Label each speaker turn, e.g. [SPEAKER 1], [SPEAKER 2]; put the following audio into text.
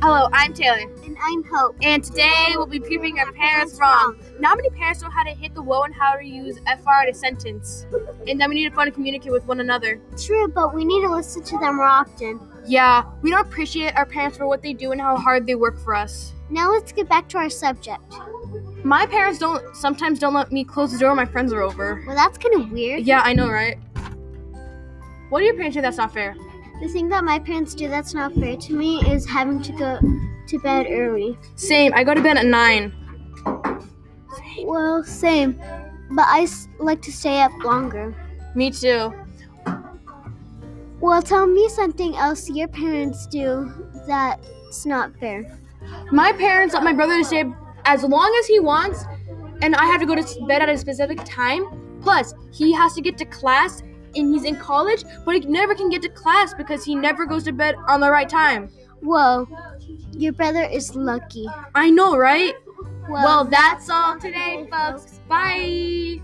[SPEAKER 1] Hello, I'm Taylor,
[SPEAKER 2] And I'm Hope.
[SPEAKER 1] and today we'll be proving our parents wrong. Not many parents know how to hit the woe and how to use FR in a sentence. And then we need to find and communicate with one another.
[SPEAKER 2] True, but we need to listen to them more often.
[SPEAKER 1] Yeah, we don't appreciate our parents for what they do and how hard they work for us.
[SPEAKER 2] Now let's get back to our subject.
[SPEAKER 1] My parents don't sometimes don't let me close the door when my friends are over.
[SPEAKER 2] Well, that's kind of weird.
[SPEAKER 1] Yeah, I know, right? What do your parents say that's not fair?
[SPEAKER 2] The thing that my parents do that's not fair to me is having to go to bed early.
[SPEAKER 1] Same, I go to bed at 9.
[SPEAKER 2] Well, same. But I s- like to stay up longer.
[SPEAKER 1] Me too.
[SPEAKER 2] Well, tell me something else your parents do that's not fair.
[SPEAKER 1] My parents let my brother stay as long as he wants, and I have to go to bed at a specific time. Plus, he has to get to class, and he's in college, but he never can get to class because he never goes to bed on the right time.
[SPEAKER 2] Whoa, your brother is lucky.
[SPEAKER 1] I know, right?
[SPEAKER 2] Well,
[SPEAKER 1] Well, that's all today, folks. Bye.